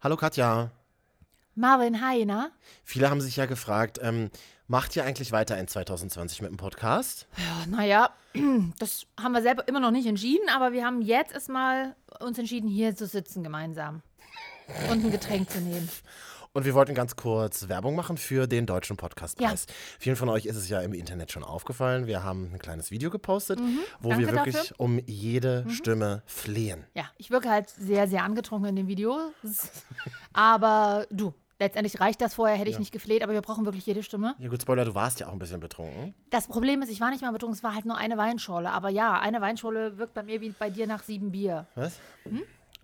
Hallo Katja. Marvin, hi, na? Viele haben sich ja gefragt, ähm, macht ihr eigentlich weiter in 2020 mit dem Podcast? Ja, naja, das haben wir selber immer noch nicht entschieden, aber wir haben jetzt erstmal uns entschieden, hier zu sitzen gemeinsam und ein Getränk zu nehmen. Und wir wollten ganz kurz Werbung machen für den Deutschen Podcastpreis. Ja. Vielen von euch ist es ja im Internet schon aufgefallen. Wir haben ein kleines Video gepostet, mhm, wo wir wirklich dafür. um jede Stimme flehen. Ja, ich wirke halt sehr, sehr angetrunken in dem Video. Aber du, letztendlich reicht das vorher, hätte ich Ja. nicht gefleht, aber wir brauchen wirklich jede Stimme. Ja gut, Spoiler, du warst ja auch ein bisschen betrunken. Das Problem ist, ich war nicht mal betrunken, es war halt nur eine Weinschorle. Aber ja, eine Weinschorle wirkt bei mir wie bei dir nach sieben Bier. Was?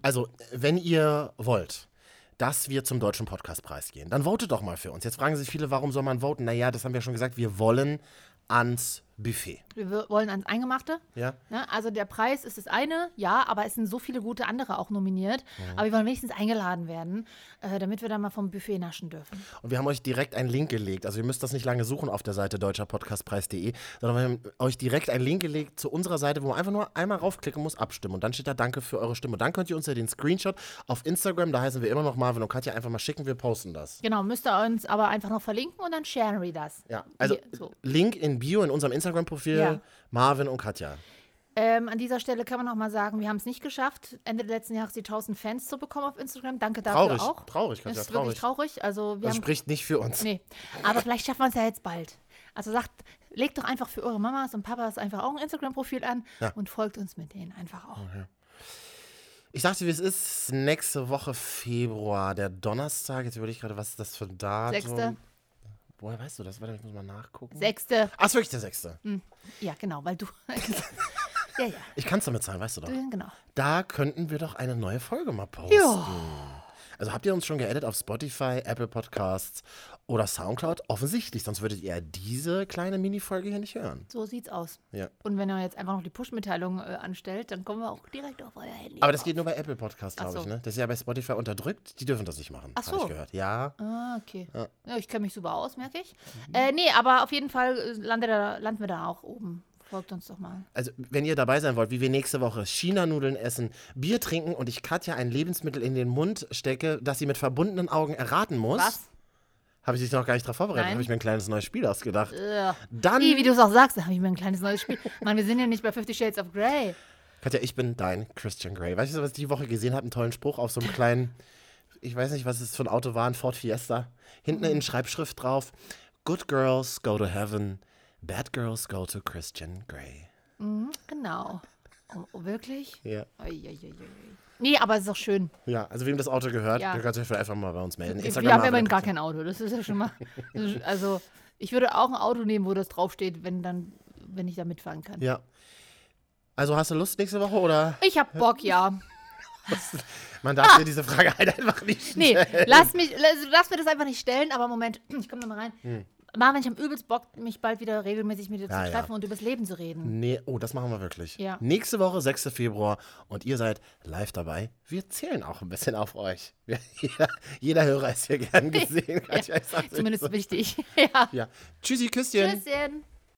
Also, wenn ihr wollt, dass wir zum Deutschen Podcastpreis gehen, dann votet doch mal für uns. Jetzt fragen sich viele, warum soll man voten? Naja, das haben wir schon gesagt, wir wollen ans Buffet. Wir w- wollen ans Eingemachte. Ja? Ne? Also der Preis ist das eine, ja, aber es sind so viele gute andere auch nominiert. Aber wir wollen wenigstens eingeladen werden, äh, damit wir dann mal vom Buffet naschen dürfen. Und wir haben euch direkt einen Link gelegt. Also ihr müsst das nicht lange suchen auf der Seite deutscherpodcastpreis.de, sondern wir haben euch direkt einen Link gelegt zu unserer Seite, wo man einfach nur einmal raufklicken muss, abstimmen. Und dann steht da Danke für eure Stimme. Und dann könnt ihr uns ja den Screenshot auf Instagram, da heißen wir immer noch Marvin und Katja, einfach mal schicken, wir posten das. Genau, müsst ihr uns aber einfach noch verlinken und dann sharen wir das. Ja, also Hier, so. Link in Bio in unserem Instagram-Profil, Ja. Marvin und Katja. Ähm, an dieser Stelle kann man noch mal sagen, wir haben es nicht geschafft, Ende letzten Jahres die 1000 Fans zu bekommen auf Instagram. Danke dafür Traurig, auch. traurig, Das Katja, ist wirklich traurig. traurig. Also wir Das haben spricht nicht für uns. Nee, aber vielleicht schaffen wir es ja jetzt bald. Also sagt, legt doch einfach für eure Mamas und Papas einfach auch ein Instagram-Profil an Ja. Oh, und folgt uns mit denen einfach auch. Ich dachte, wie es ist, nächste Woche Februar, der Donnerstag, jetzt überlege ich gerade, was ist das für ein Datum? Sechste. Woher weißt du das? Warte, ich muss mal nachgucken. Sechste, Ach, ist wirklich der sechste. ja genau, weil du. ja, ja, Ich kann es damit zahlen, weißt du doch. genau. Da könnten wir doch eine neue Folge mal posten. Also habt ihr uns schon geedit auf Spotify, Apple Podcasts oder Soundcloud? Offensichtlich, sonst würdet ihr diese kleine Mini-Folge hier nicht hören. So sieht's aus. Ja. Und wenn ihr jetzt einfach noch die Push-Mitteilung äh, anstellt, dann kommen wir auch direkt auf euer Handy. Aber das geht nur bei Apple Podcasts, Ach glaube ich, so. ne? Das ist ja bei Spotify unterdrückt. Die dürfen das nicht machen. Ach Hab so. ich gehört. Ja. Mhm. Ah, okay. Ja. ich kenne mich super aus, merke ich. Äh, nee, aber auf jeden Fall äh, landet er, landen wir da auch oben. Folgt uns doch mal. Also, wenn ihr dabei sein wollt, wie wir nächste Woche China-Nudeln essen, Bier trinken und ich Katja ein Lebensmittel in den Mund stecke, das sie mit verbundenen Augen erraten muss. Was? Habe ich dich noch gar nicht darauf vorbereitet. Nein. Habe ich mir ein kleines neues Spiel ausgedacht. Äh, Dann. wie, wie du es auch sagst, da habe ich mir ein kleines neues Spiel. Mann, wir sind ja nicht bei Fifty Shades of Grey. Katja, ich bin dein Christian Grey. Weißt du, was ich die Woche gesehen habe? Einen tollen Spruch auf so einem kleinen, ich weiß nicht, was es für ein Auto war, ein Ford Fiesta. Hinten in Schreibschrift drauf: Good girls go to heaven, bad girls go to Christian Grey. Genau. Oh, oh, wirklich? Ja. Ui, ui, ui, ui. Nee, aber es ist doch schön. Ja, also wem das Auto gehört, Ja. der kann sich vielleicht einfach mal bei uns melden. wir haben Marvin ja immerhin gar Katja. kein Auto. Das ist ja schon mal. Also, ich würde auch ein Auto nehmen, wo das draufsteht, wenn dann, wenn ich da mitfahren kann. Ja. Also hast du Lust nächste Woche oder? Ich hab Bock, ja. Man darf dir diese Frage halt einfach nicht Ah! Nee, stellen. lass mich, also, lass, du darfst mir das einfach nicht stellen, aber Moment, ich komme nochmal rein. Marvin, ich habe übelst Bock, mich bald wieder regelmäßig mit dir Hm. Ja, ja. zu treffen und übers Leben zu reden. Nee, oh, das machen wir wirklich. Ja. Nächste Woche, 6. Februar, und ihr seid live dabei. Wir zählen auch ein bisschen auf euch. Wir, jeder, jeder Hörer ist hier gern gesehen. Katja, ich sag's euch Zumindest so. wichtig. ja. Ja. Tschüssi, Küsschen. Tschüsschen.